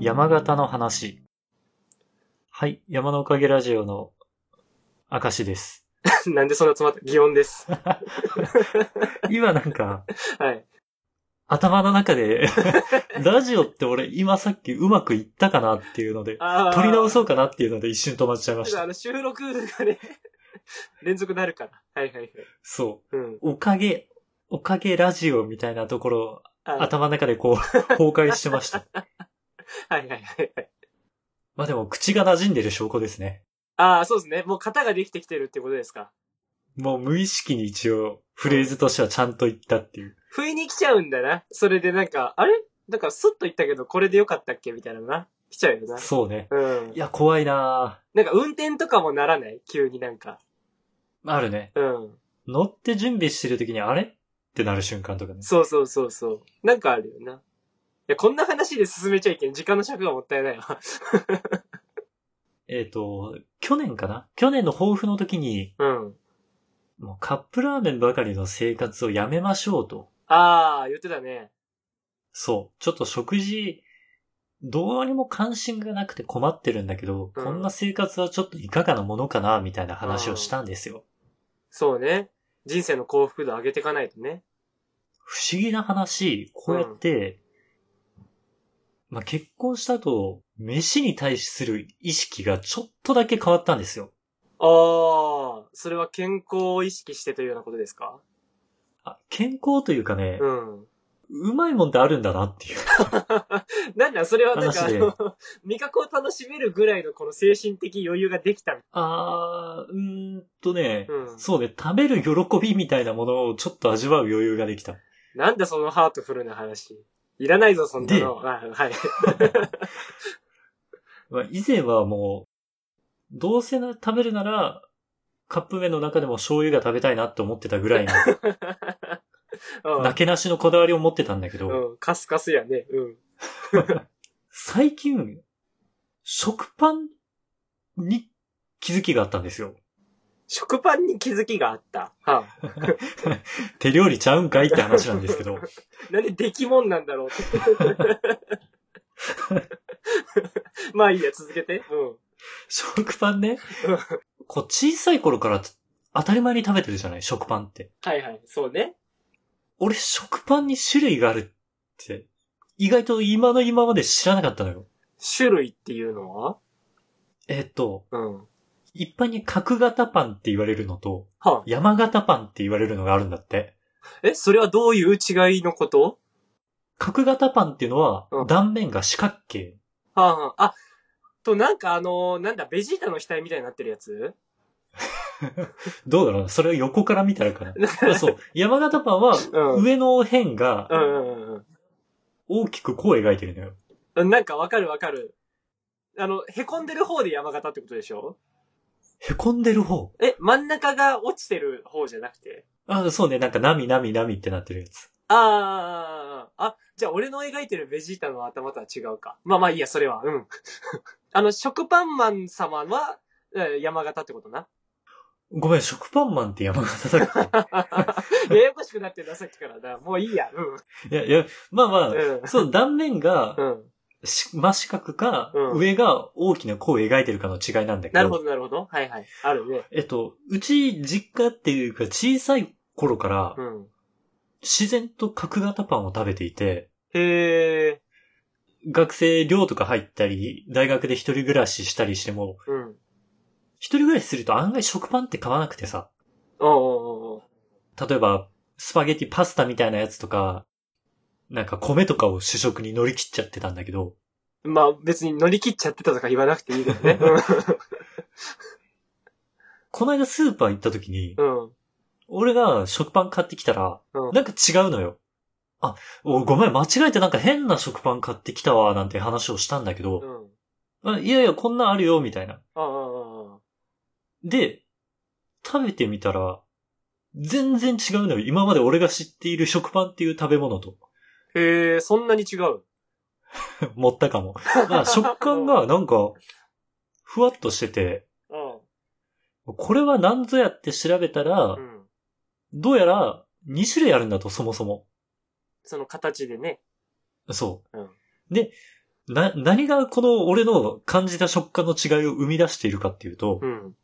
山形の話。はい、山のおかげラジオの証です。 なんでそんな詰まった擬 音です。今なんか、はい。頭の中 で、ラジオって俺今さっきうまくいったかなっていうので、あ取り直う。そうかなっていうので一瞬止まっちゃいましあた。の、収録がね、 連続なるから。はいはいはい。そうん。う。おかげ、おかげラジオみたいなところ、あの頭の中でこう、崩壊してました。はいはいはいはい。まあでも口が馴染んでる証拠ですね。ああ、そうですね。もう型ができてきてるってことですか。もう無意識に一応、フレーズとしてはちゃんと言ったっていう。不意に来ちゃうんだな。それでなんか、あれなんかスッと行ったけど、これでよかったっけみたいなのな。来ちゃうよな。そうね。うんい。や、怖いなぁなんか運転とかもならない急になんか。あるね。うん。乗って準備してる時にあれってなる瞬間とかね。そうそうそうそう。なんかあるよな。いや、こんな話で進めちゃいけん。時間の尺がもったいないわ。 えっ、と、去年かな去年の抱負の時に、うん。もうカップラーメンばかりの生活をやめましょうと。ああ、言ってたね。そう。ちょっと食事、どうにも関心がなくて困ってるんだけど、うんこんな生活はちょっといかがなものかな、みたいな話をしたんですよ。そうね。人生の幸福度上げていかないとね。不思議な話、こうやって、まあ、結婚した後、飯に対する意識がちょっとだけ変わったんですよ。ああ、それは健康を意識してというようなことですかあ健康というかね、うん。うまいもんってあるんだなっていう。なんだ、それはなんか、あ話での、 味覚を楽しめるぐらいのこの精神的余裕ができた。あー、うーんとね、うん。そうね、食べる喜びみたいなものをちょっと味わう余裕ができた。なんだそのハートフルな話。いらないぞ、そんなの。あはい。 まあ、以前はもう、どうせな食べるなら、カップ麺の中でも醤油が食べたいなって思ってたぐらいの、 うんなけなしのこだわりを持ってたんだけど、うん。カスカスやね。うん。最近、食パンに気づきがあったんですよ。食パンに気づきがあった。はあ、手料理ちゃうんかいって話なんですけど、なんで出来もんな んだろう って。まあいいや、続けて。うん。食パンね、こう小さい頃から当たり前に食べてるじゃない、食パンって。はいはい、そうね。俺食パンに種類があるって、意外と今の今まで知らなかったのよ。種類っていうのはえっと、うん。は一般に角型パンって言われるのと、あ、山型パンって言われるのがあるんだって。え、それはどういう違いのこと角型パンっていうのはうん、断面が四角形。はあ、はあ、あ、と、なんかあのーなんだ、ベジータの額みたいになってるやつ どうだろうなそれを横から見たらか な。あそう。山型パンは、うん。上の辺がうんうんうん大きくこう描いてるのよ。うん。なんかわかるわかる。あの、凹んでる方で山形ってことでしょ凹んでる方。え、真ん中が落ちてる方じゃなくてあ、そうね。なんか、なみなみなみってなってるやつ。あー、あ、じゃあ俺の描いてるベジータの頭とは違うか。まあまあいいや、それは。うん。 あの、食パンマン様は、えー山形ってことな。ごめん、食パンマンって山形だっ ややこしくなってるな、さっきからな。もういいや。う けいや、いや、まあまあん。、うん。そう、断面がうん。し真四角か、うん上が大きな弧を描いてるかの違いなんだけど。なるほど、なるほど。はいはい。あるね。えっと、うち、実家っていうか、小さい頃からう、ん。自然と角型パンを食べていて、へえ。学生寮とか入ったり、大学で一人暮らししたりしても、うん。一人暮らしすると案外食パンって買わなくてさ、おうおうおう例えば、スパゲティパスタみたいなやつとか、なんか米とかを主食に乗り切っちゃってたんだけど、おうまあ別に乗り切っちゃってたとか言わなくていいですね。この間スーパー行った時に、うん。うん。俺が食パン買ってきたら、うんなんか違うのよ。あ、おごめん、間違えてなんか変な食パン買ってきたわ、なんて話をしたんだけうど、ん。あいやいや、こんなんあるよ、みたいな。ああ、ああで、食べてみたら、全然違うのよ。今まで俺が知っている食パンっていう食べ物と。 へえ、そんなに違う。持ったか も。まあ、食感がなんか、ふわっとしてて、うこれは何ぞやって調べたら、ん。うん。どうやら2種類あるんだと、そもそも。その形でね。そう。うんで、な、何がこの俺の感じた食感の違いを生み出しているかっていうと、うん。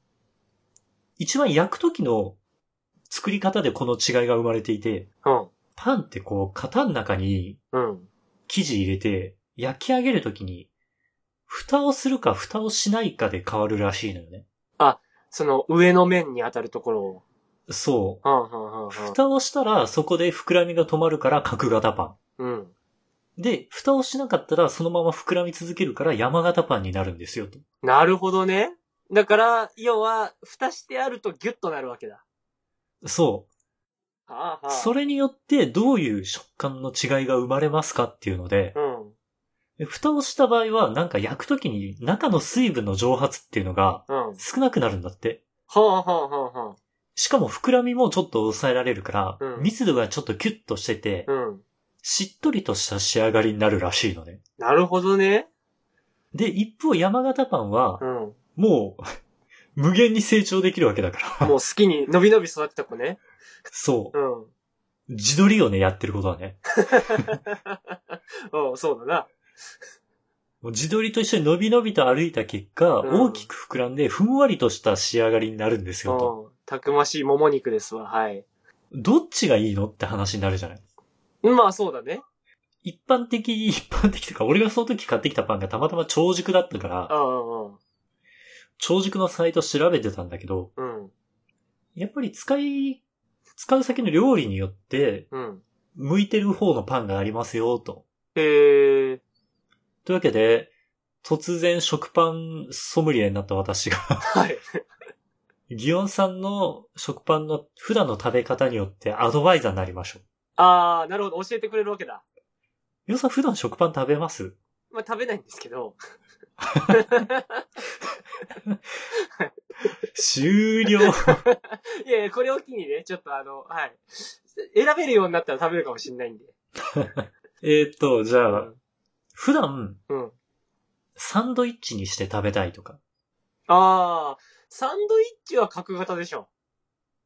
一番焼く時の作り方でこの違いが生まれていて、うん。パンってこう、型の中にうん。生地入れて、焼き上げる時に、蓋をするか蓋をしないかで変わるらしいのよね。その上の面に当たるところを。そう。うん、うん、うん蓋をしたらそこで膨らみが止まるから角型パうん。うん。ン。で、蓋をしなかったらそのまま膨らみ続けるから山型パンになるんですよと。なるほどね。だから、要は、蓋してあるとギュッとなるわけだ。そう。はあ、はあ。それによってどういう食感の違いが生まれますかっていうので、うん。蓋をした場合はなんか焼くときに中の水分の蒸発っていうのがうん。は少なくなるんだって。あ、はあ、はあ、はしかも膨らみもちょっと抑えられるから、うん密度がちょっとキュッとしてて、あ。うん。しっとりとした仕上がりになるらしいのね。なるほどね。で、一方山形パンはう、ん。もう、 無限に成長できるわけだ から。もう好きに、伸び伸び育てた子ね。そうう。ん。自撮りよね、やってることはね。うん、そうだな。もう自撮りと一緒に伸び伸びと歩いた結果、うん大きく膨らんで、ふんわりとした仕上がりになるんですよ、と。うん。たくましいもも肉ですわ、はい。どっちがいいのって話になるじゃない。まあ、そうだね。一般的、一般的とか、俺がその時買ってきたパンがたまたま長熟だったかうら、ん、うん、長熟のサイト調べてたんだけど、うん。やっぱり使い、使う先の料理によって、うん。向いてる方のパンがありますよ、と。へえ。というわけで、突然食パンソムリエになった私が、 はい。ギオンさんの食パンの普段の食べ方によってアドバイザーになりましょう。ああ、なるほど。教えてくれるわけだ。ヨウさん普段食パン食べますまあ、食べないんですけど。終了 いやいや、これを機にね、ちょっとあの、はい。選べるようになったら食べるかもしれないんで。えーっと、じうゃあん、。普段うん。サンドイッチにして食べたいとか。ああ、サンドイッチは角型でしょ。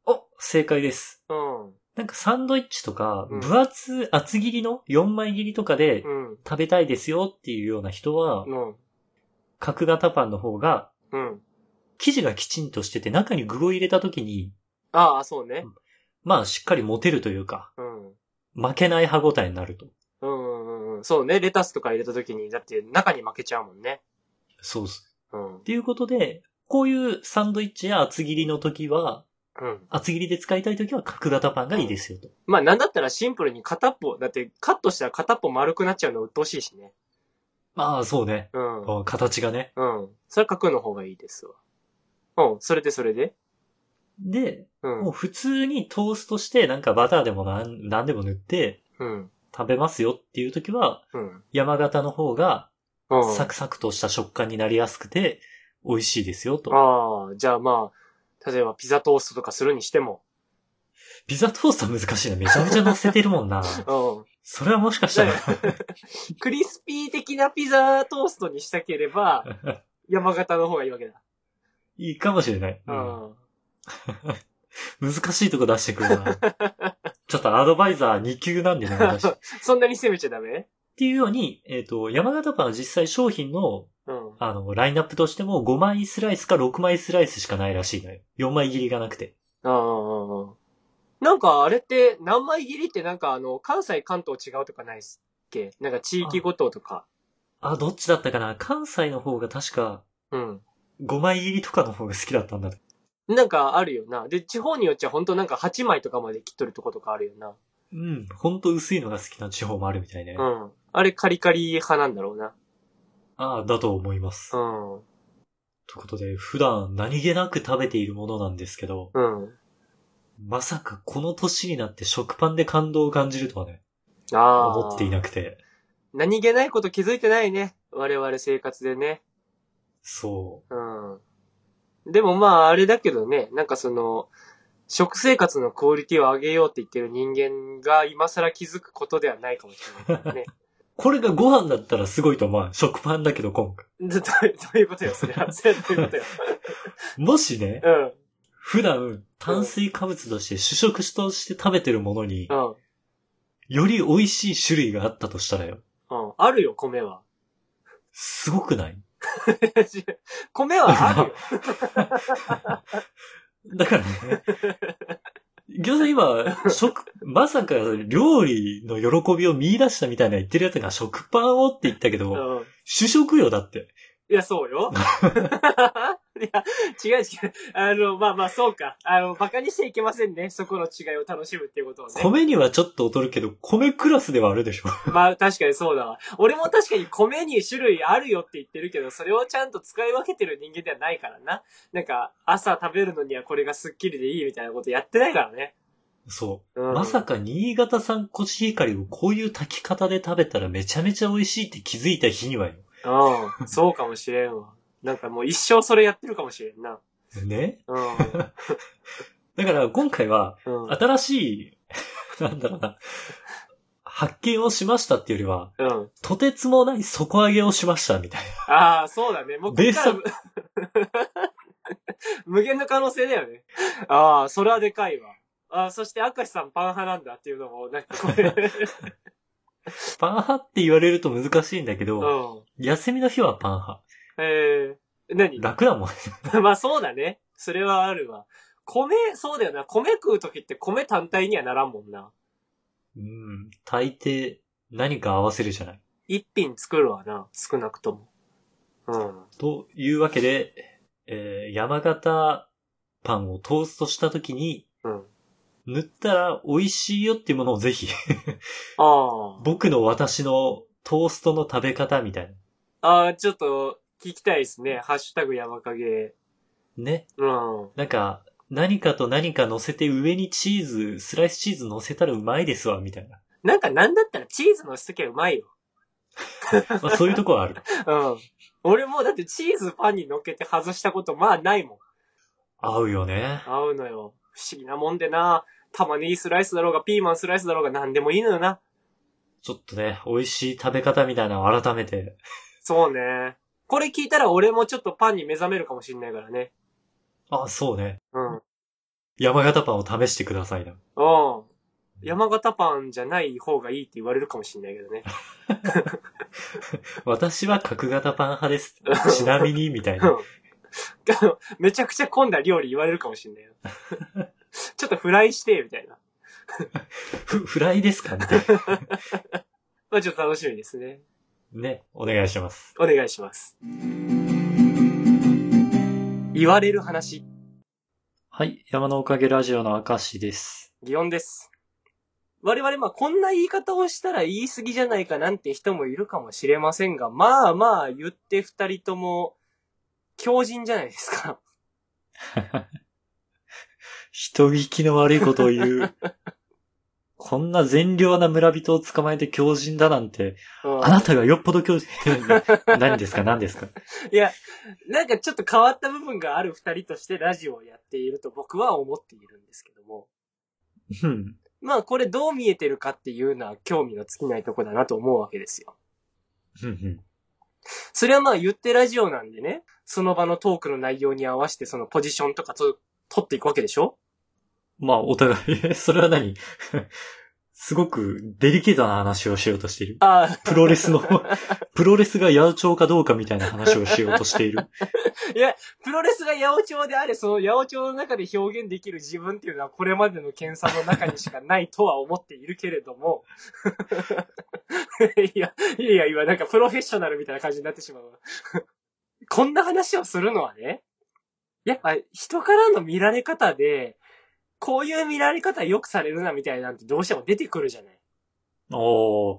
お正解です。うん。なんかサンドイッチとか、うん分厚、厚切りの4枚切りとかでうん。食べたいですよっていうような人は、うん。角型パンの方が、うん。生地がきちんとしてて中に具を入れた時に、ああ、そうね。まあしっかり持てるというか、うん。うん負けない歯応えになると。うんうんうん。そうね。レタスとか入れた時に、だって中に負けちゃうもんね。そうです。うんっ。ていうことで、こういうサンドイッチや厚切りの時は、うん。厚切りで使いたい時は角型パンがいいですよと。まあ、なんだったらシンプルに片っぽ、だってカットしたら片っぽ丸くなっちゃうの鬱陶しいしね。まあそうね。うん。うん形がね。うん。それは角の方がいいですわ。うん。それでそれで。で、うんもう。普通にトーストしてなんかバターでもなんなんでも塗ってうん。食べますよっていう時は、うん。山形の方がうん。サクサクとした食感になりやすくて美味しいですよと。ああ、じゃあまあ、例えばピザトーストとかするにしても。ピザトーストは難しいな。めちゃめちゃ乗せてるもん な。うん。それはもしかしたら。 クリスピー的なピザトーストにしたければ、山形の方がいいわけだ。 いいかもしれない。ううんん。難しいとこ出してくる な。ちょっとアドバイザー2級なんでね、私。っそんなに攻めちゃダメていうように、えっ、と、山形パンは実際商品の、うん。あの、ラインナップとしても5枚スライスか6枚スライスしかないらしいのよ。4枚切りがなくて。ああ。なんかあれって、何枚切りってなんかあの、関西関東違うとかないっすっけなんか地域ごととか。あ、どっちだったかな関西の方が確かうん。 5枚切りとかの方が好きだったんだ。なんかあるよな。で、地方によっちゃほんとなんか8枚とかまで切っとるとことかあるよな。うん。ほんと薄いのが好きな地方もあるみたいね。うあん。あれカリカリ派なんだろうな。あ、だと思います。うということで、普段何気なく食べているものなんですけど、ん。うん。まさかこの年になって食パンで感動を感じるとはね、ああ。思っていなくて。何気ないこと気づいてないね。我々生活でね。そうん。でもまあ、あれだけどね、なんかその、食生活のクオリティを上げようって言ってる人間が今更気づくことではないかもしれないからね。う。これがご飯だったらすごいと思わん。食パンだけど今回。どどういうことよ、それは。 それはどういうことよ。もしね、うん。普段炭水化物として主食として食べてるものにう、ん。より美味しい種類があったとしたらよ。うん。あるよ、米は。 すごくない米はあるよ。だからね。餃子今、食、まさか料理の喜びを見出したみたいな言ってるやつが食パンをって言ったけど、うん主食よだって。いや、そうよ。 いや、違う違う。あの、まあまあ、そうか。あの、馬鹿にしちゃいけませんね。そこの違いを楽しむっていうことをね。米にはちょっと劣るけど、米クラスではあるでしょ。 まあ、確かにそうだわ。俺も確かに米に種類あるよって言ってるけど、それをちゃんと使い分けてる人間ではないからな。なんか、朝食べるのにはこれがスッキリでいいみたいなことやってないからね。そうう。ん、まさか新潟産コシヒカリをこういう炊き方で食べたらめちゃめちゃ美味しいって気づいた日にはよ。うん。そうかもしれんわ。なんかもう一生それやってるかもしれんな。ねうん。だから今回は、うん。新しい、 なんだろうな、発見をしましたっていうよりは、うん。とてつもない底上げをしましたみたいな。ああ、そうだね。もうこベーっスからむ 無限の可能性だよね。ああ、それはでかいわ。ああ、そして明石さんパン派なんだっていうのも、なんかこれ。 パン派って言われると難しいんだけうど、ん。休みの日はパン派。ええ何楽だもん。 まあそうだね。それはあるわ。米、そうだよな。米食うときって米単体にはならんもんな。うん、大抵何か合わせるじゃない。一品作るわな。少なくとも。うん。というわけで、えー山形パンをトーストした時に、うん。塗ったら美味しいよっていうものをぜひ、ああ。僕の私のトーストの食べ方みたいああ、ちょっと聞きたいですね。ハッシュタグ山影。な。ね。うん。なんか、何かと何か乗せて上にチーズ、スライスチーズ乗せたらうまいですわ、みたいな。なんかなんだったらチーズのしときゃうまいよ。まあそういうとこはあ る。うん。俺もうだってチーズパンに乗っけて外したことまあないもん。合うよね。合うのよ。不思議なもんでな。玉ねぎスライスだろうが、ピーマンスライスだろうが、なんでもいいのよな。ちょっとね、美味しい食べ方みたいなのを改めて。そうね。これ聞いたら俺もちょっとパンに目覚めるかもしんないからね。あ、そうね。うん。うん。山形パンを試してくださいな。山形パンじゃない方がいいって言われるかもしんないけどね。私は角型パン派です。ちなみに、みたいな。うん。 めちゃくちゃ混んだ料理言われるかもしんない よ。ちょっとフライして、みたいな。フ、フライですかみたいな。まあちょっと楽しみですね。ね、お願いします。お願いします。言われる話、はい、山のおかげラジオの明石です。擬音です。我々、まあ、こんな言い方をしたら言い過ぎじゃないかなんて人もいるかもしれませんが、まあまあ、言って二人とも、強人じゃないですか。人聞きの悪いことを言 う。こんな善良な村人を捕まえて強人だなんて、うんあなたがよっぽど強人。何ですか何ですかいや、なんかちょっと変わった部分がある二人としてラジオをやっていると僕は思っているんですけども。うん。まあ、これどう見えてるかっていうのは興味の尽きないとこだなと思うわけですよ。うんうんそれはまあ言ってラジオなんでね、その場のトークの内容に合わせてそのポジションとかと取っていくわけでしょまあ、お互い、 それは何すごくデリケートな話をしようとしている。ああ、プロレスの、 プロレスが八百長かどうかみたいな話をしようとしている。 プロレスが八百長であれ、その八百長の中で表現できる自分っていうのはこれまでの研鑽の中にしかないとは思っているけれども。 いや、いや、今なんかプロフェッショナルみたいな感じになってしまうわ。こんな話をするのはね、やっぱ人からの見られ方で、こういう見られ方よくされるなみたいなんてどうしても出てくるじゃない。おー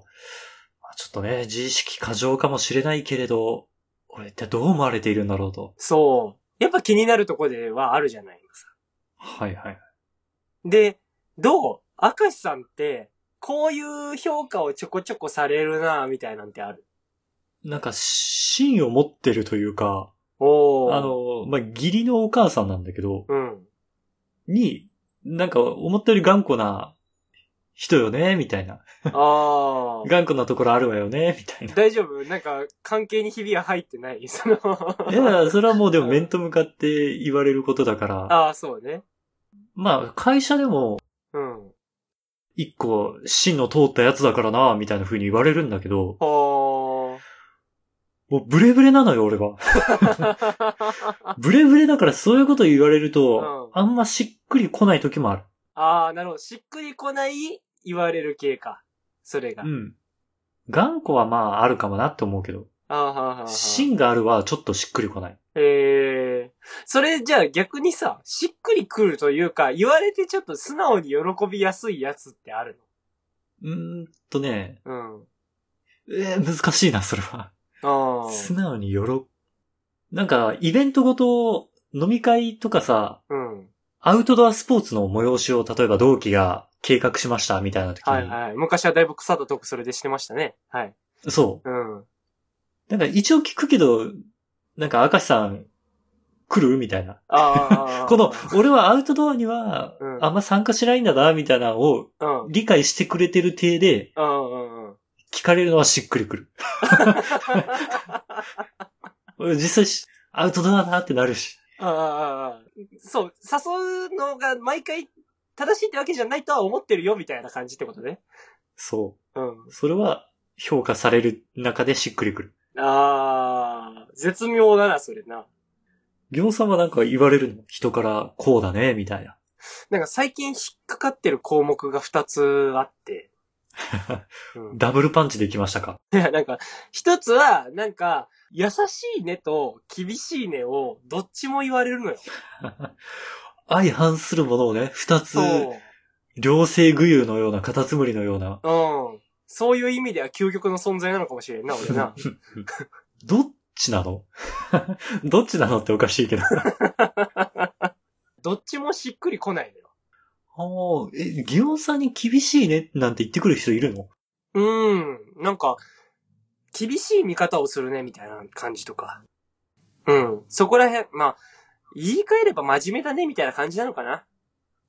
まあちょっとね、自意識過剰かもしれないけれど、俺ってどう思われているんだろうと。そう。やっぱ気になるとこではあるじゃないですか。はいはい。で、どう明石さんって、こういう評価をちょこちょこされるなぁみたいなんてある。なんか、芯を持ってるというか、おー。あ、の、まあ、義理のお母さんなんだけど、うん。に、なんか思ったより頑固な人よね、みたいな。あ ー。頑固なところあるわよね、みたいな。大丈夫なんか、関係にひびは入ってない そのいや、それはもうでも面と向かって言われることだから。あー、そうね。まあ、会社でも、うん。一個、芯の通ったやつだからな、みたいな風に言われるんだけど、あー。もうブレブレなのよ、俺 は。ブレブレだからそういうこと言われると、あんましっくり来ない時もある。ああ、なるほど。しっくりこない言われる系か。それが。うあん。頑固はまああるかもなって思うけど、あ、はあはあ。芯があるはちょっとしっくり来ない。ええそれじゃあ逆にさ、しっくりくるというか、言われてちょっと素直に喜びやすいやつってあるうーんとね、のうん。えー、難しいな、それは。あ素直に喜、なんか、イベントごと、飲み会とかさ、あ。うん。アウトドアスポーツの催しを、例えば同期が計画しました、みたいな時に、はいはい。昔はだいぶ腐ったトークそれでしてましたね。はい。そう。うん。なんか一応聞くけど、なんか赤石さん来るみたいな。ああ。この、俺はアウトドアにはう、んあんま参加しないんだな、みたいなのをうん。理解してくれてる体で、うんうんうん。聞かれるのはしっくりくる。俺実際し、アウトドアなってなるし。ああ。そう、誘うのが毎回正しいってわけじゃないとは思ってるよみたいな感じってことね。そうん。う。それは評価される中でしっくりくる。ああ、絶妙だな、それな。りょうさんはなんか言われるの人からこうだね、みたいな。なんか最近引っかかってる項目が2つあって。うんダブルパンチできましたか いや、なんか、一つは、なんか、優しいねと厳しいねをどっちも言われるのよ。相反するものをね、二つ、そう。両性具有のような、カタツムリのような。うん。そういう意味では究極の存在なのかもしれんな、俺な。どっちなの どっちなのっておかしいけど。 どっちもしっくりこないのよ。おーえ、ギオンさんに厳しいねなんて言ってくる人いるのうん。なんか、厳しい見方をするね、みたいな感じとか。うん。そこら辺、まあ、言い換えれば真面目だね、みたいな感じなのかな。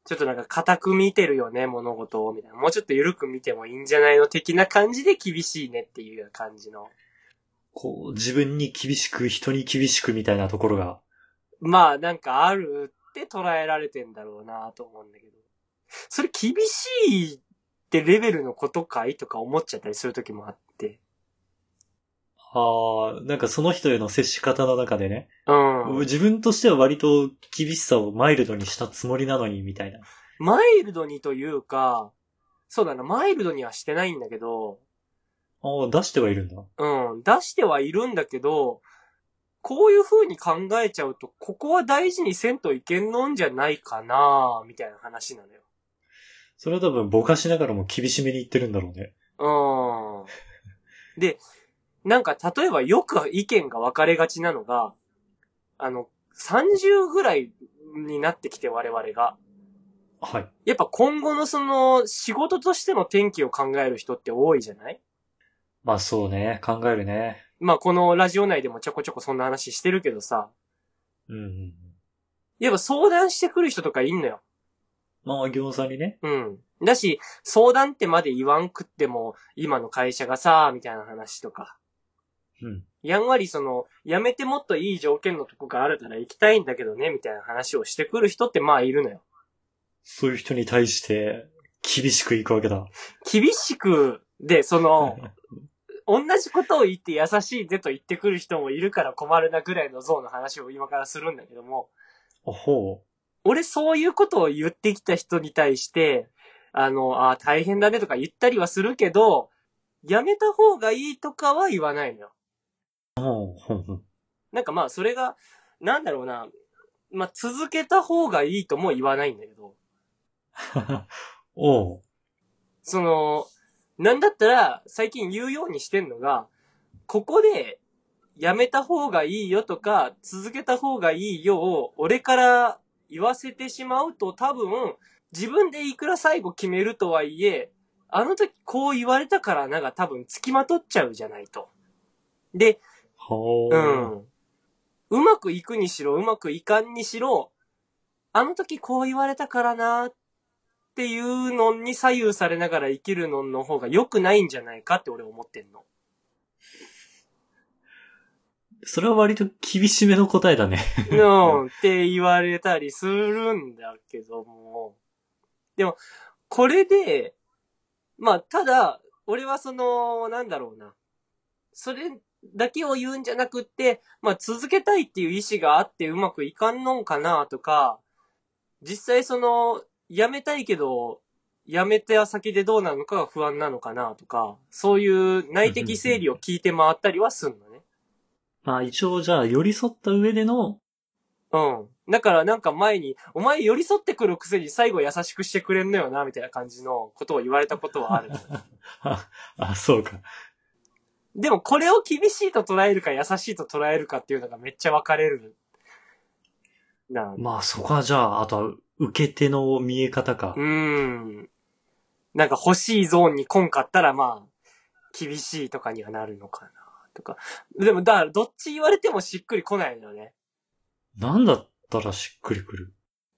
ちょっとなんか固く見てるよね、物事を、みたいな。もうちょっと緩く見てもいいんじゃないの的な感じで厳しいねっていう感じの。こう、自分に厳しく、人に厳しくみたいなところが。まあ、なんかあるって捉えられてんだろうなと思うんだけど。それ厳しいってレベルのことかいとか思っちゃったりする時もあって。ああ、なんかその人への接し方の中でね、うん。自分としては割と厳しさをマイルドにしたつもりなのに、みたいな。マイルドにというか、そうだな、マイルドにはしてないんだけど、ああ、出してはいるんだ。うん、出してはいるんだけど、こういう風に考えちゃうと、ここは大事にせんといけんのんじゃないかなみたいな話なのよ。それは多分、ぼかしながらも厳しめに言ってるんだろうね。うん。で、なんか例えばよく意見が分かれがちなのが、あの、30ぐらいになってきて我々が、はい。やっぱ今後のその仕事としての転機を考える人って多いじゃないまあそうね、考えるね。まあこのラジオ内でもちょこちょこそんな話してるけどさ、うんうんうん。やっぱ相談してくる人とかいんのよ。まあ、ギオンさんにね。うん。だし、相談ってまで言わんくっても、今の会社がさ、みたいな話とか。うん。やんわりその、辞めてもっといい条件のとこがあるから行きたいんだけどね、みたいな話をしてくる人ってまあいるのよ。そういう人に対して、厳しくいくわけだ。厳しく、で、その、同じことを言って優しいぜと言ってくる人もいるから困るなぐらいの像の話を今からするんだけども、 おほ俺そういうことを言ってきた人に対して、あの、あー大変だねとか言ったりはするけど、やめた方がいいとかは言わないのよ。う。ほうほうほう。 なんかまあそれが、なんだろうな、まあ続けた方がいいとも言わないんだけど、おう。その、なんだったら最近言うようにしてんのが、ここでやめた方がいいよとか、続けた方がいいよを俺から言わせてしまうと多分、自分でいくら最後決めるとはいえ、あの時こう言われたからなんか多分付きまとっちゃうじゃないと。で、ほう。うん。うまくいくにしろ、うまくいかんにしろ、あの時こう言われたからなっていうのに左右されながら生きるのの方が良くないんじゃないかって俺思ってんの。それは割と厳しめの答えだね。うん、って言われたりするんだけども。でも、これで、まあ、ただ、俺はその、なんだろうな。それだけを言うんじゃなくって、まあ続けたいっていう意思があってうまくいかんのんかなとか、実際その、辞めたいけど、辞めた先でどうなのかが不安なのかなとか、そういう内的整理を聞いて回ったりはすんのね。 まあ一応じゃあ寄り添った上での、うん。だからなんか前に、お前寄り添ってくるくせに最後優しくしてくれんのよな、みたいな感じのことを言われたことはある。あ、あ、そうか。でもこれを厳しいと捉えるか優しいと捉えるかっていうのがめっちゃ分かれる。なまあそこはじゃあ、あとは受け手の見え方かう。ーん。なんか欲しいゾーンに来んかったらまあ、厳しいとかにはなるのかな、とか。でもだからどっち言われてもしっくり来ないのよね。なんだったらしっくりくる。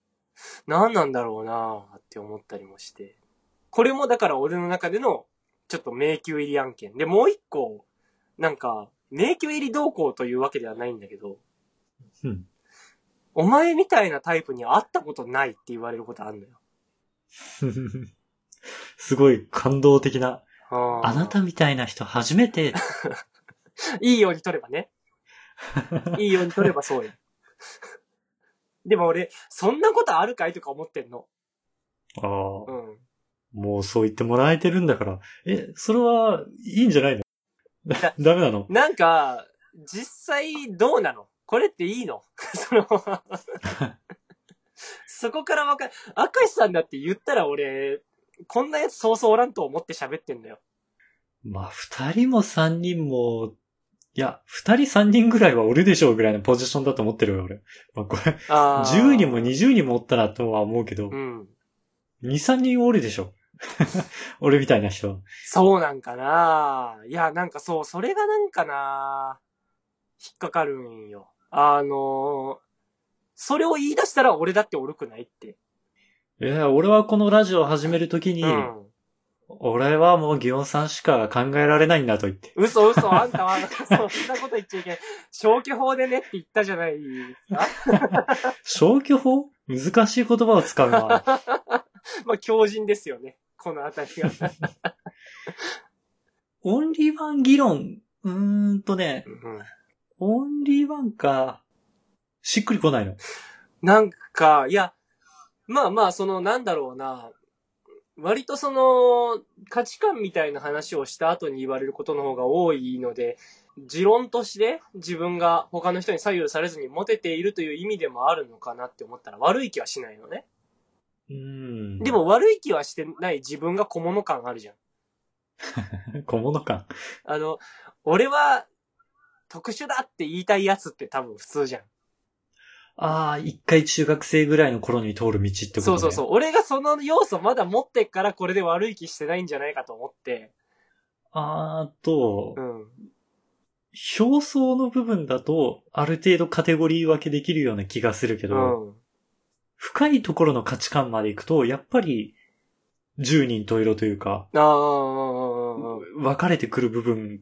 何なんだろうなーって思ったりもして。これもだから俺の中でのちょっと迷宮入り案件。で、もう一個、なんか、迷宮入り同行というわけではないんだけど、うん。お前みたいなタイプに会ったことないって言われることあんのよ。すごい感動的な。あーあなたみたいな人初め て。いいように取ればね。いいように取ればそうよ。でも俺、そんなことあるかいとか思ってんの。ああ、うん。もうそう言ってもらえてるんだから。え、それはいいんじゃないの ダメなのなんか、実際どうなのこれっていいの その、そこからわかる。明石さんだって言ったら俺、こんなやつそうそうおらんと思って喋ってんだよ。まあ二人も三人も、いや、二人三人ぐらいはおるでしょうぐらいのポジションだと思ってるよ、俺。まあこれ、あー10人も20人もおったらとは思うけどう、ん。 2、3人おるでしょ。 俺みたいな人。そうなんかないや、なんかそう、それがなんかな引っかかるんよ。あのーそれを言い出したら俺だっておるくないって。いや、俺はこのラジオを始めるときに、うん。俺はもうギオンさんしか考えられないんだと言って。嘘嘘、あんたは、そんなこと言っちゃいけない。消去法でねって言ったじゃないですか。消去法難しい言葉を使うな。 まあ、強靭ですよね。このあたりが。オンリーワン議論、うーんとね、オンリーワンか、しっくりこないの。なんか、いや、まあまあ、その、なんだろうな。割とその、価値観みたいな話をした後に言われることの方が多いので、持論として自分が他の人に左右されずにモテているという意味でもあるのかなって思ったら悪い気はしないのね。うーん。で、も悪い気はしてない自分が小物感あるじゃん。小物感。あの、俺は特殊だって言いたいやつって多分普通じゃん。ああ、一回中学生ぐらいの頃に通る道ってことね。。そうそうそうう。俺がその要素まだ持ってっからこれで悪い気してないんじゃないかと思って。あーとう、ん。表層の部分だと、ある程度カテゴリー分けできるような気がするけうど、ん。深いところの価値観まで行くと、やっぱり、十人十色というか、ああ、分かれてくる部分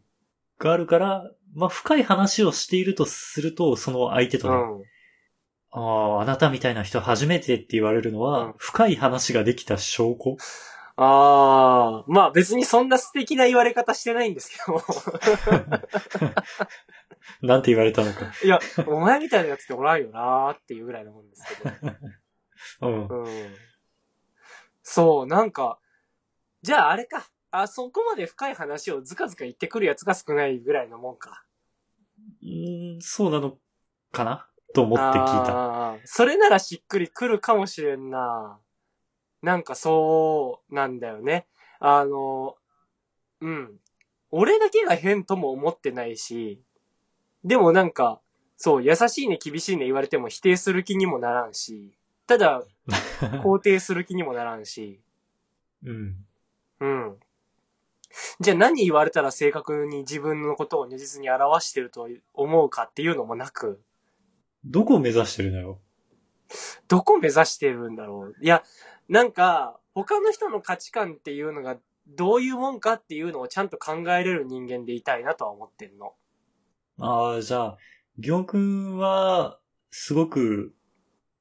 があるから、まあ、深い話をしているとすると、その相手とね、うん。ああ、あなたみたいな人初めてって言われるのは、うん深い話ができた証拠 ああ、まあ別にそんな素敵な言われ方してないんですけど。なんて言われたのか。いや、 お前みたいなやつっておらんよなーっていうぐらいのもんですけど。うん。 うんそう、なんか、じゃああれか。あそこまで深い話をずかずか言ってくるやつが少ないぐらいのもんか。うん、そうなのかなと思って聞いた。あーそれならしっくりくるかもしれんな。なんかそうなんだよね。あの、うん。俺だけが変とも思ってないし、でもなんか、そう、優しいね、厳しいね言われても否定する気にもならんし、ただ、肯定する気にもならんし、うん。うん。じゃあ何言われたら正確に自分のことを如実に表してると思うかっていうのもなく、どこを目指してるのよ。どこ目指してるんだろう。いや、なんか、他の人の価値観っていうのがどういうもんかっていうのをちゃんと考えれる人間でいたいなとは思ってんの。ああ、じゃあ、ギョン君は、すごく、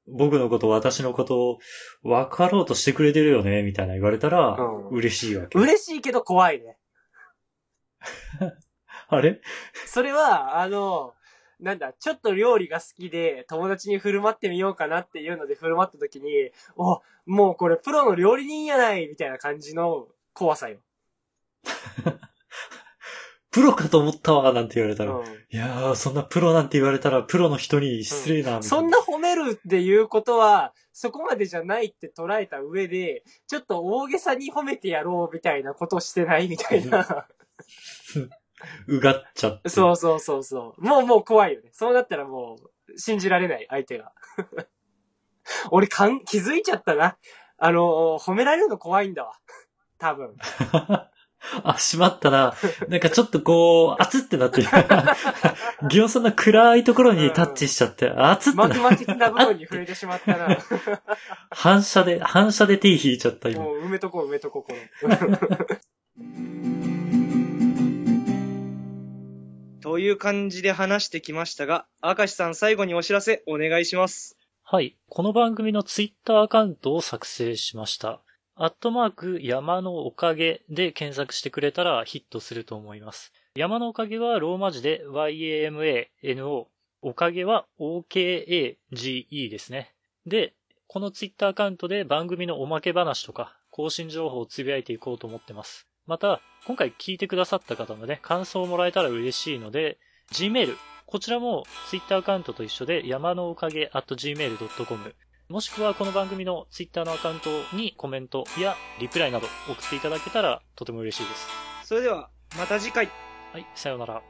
僕のこと、私のこと、分かろうとしてくれてるよね、みたいな言われたら、うん嬉しいわけ。嬉しいけど怖いね。あれそれは、あの、なんだ、ちょっと料理が好きで、友達に振る舞ってみようかなっていうので振る舞った時に、お、もうこれプロの料理人やないみたいな感じの怖さよ。プロかと思ったわ、なんて言われたうら。んいやー、そんなプロなんて言われたら、プロの人に失礼な、みたい そんな褒めるっていうことは、そこまでじゃないって捉えた上で、ちょっと大げさに褒めてやろうみたいなことしてないみたいな。うがっちゃって。 そうそうそうそう。もうもう怖いよね。そうなったらもう、信じられない、相手が。 俺かん、気づいちゃったな。あの、褒められるの怖いんだわ。多分。あ、しまったな。なんかちょっとこう、熱ってなってる。ギオンさんの暗いところにタッチしちゃって、熱ってなマグマ的な部分に触れてしまったな。反射で、反射で手引いちゃった今。もう埋めとこう埋めとこう、この。 という感じで話してきましたが、明石さん最後にお知らせお願いします。はい。この番組のツイッターアカウントを作成しました。アットマーク山のおかげで検索してくれたらヒットすると思います。山のおかげはローマ字で YAMANO。おかげは OKAGE ですね。で、このツイッターアカウントで番組のおまけ話とか更新情報をつぶやいていこうと思ってます。また、今回聞いてくださった方のね、感想をもらえたら嬉しいので、Gmail、こちらも Twitter アカウントと一緒で山のおかげ at gmail.com もしくはこの番組の Twitter のアカウントにコメントやリプライなど送っていただけたらとても嬉しいです。それでは、また次回。はい、さようなら。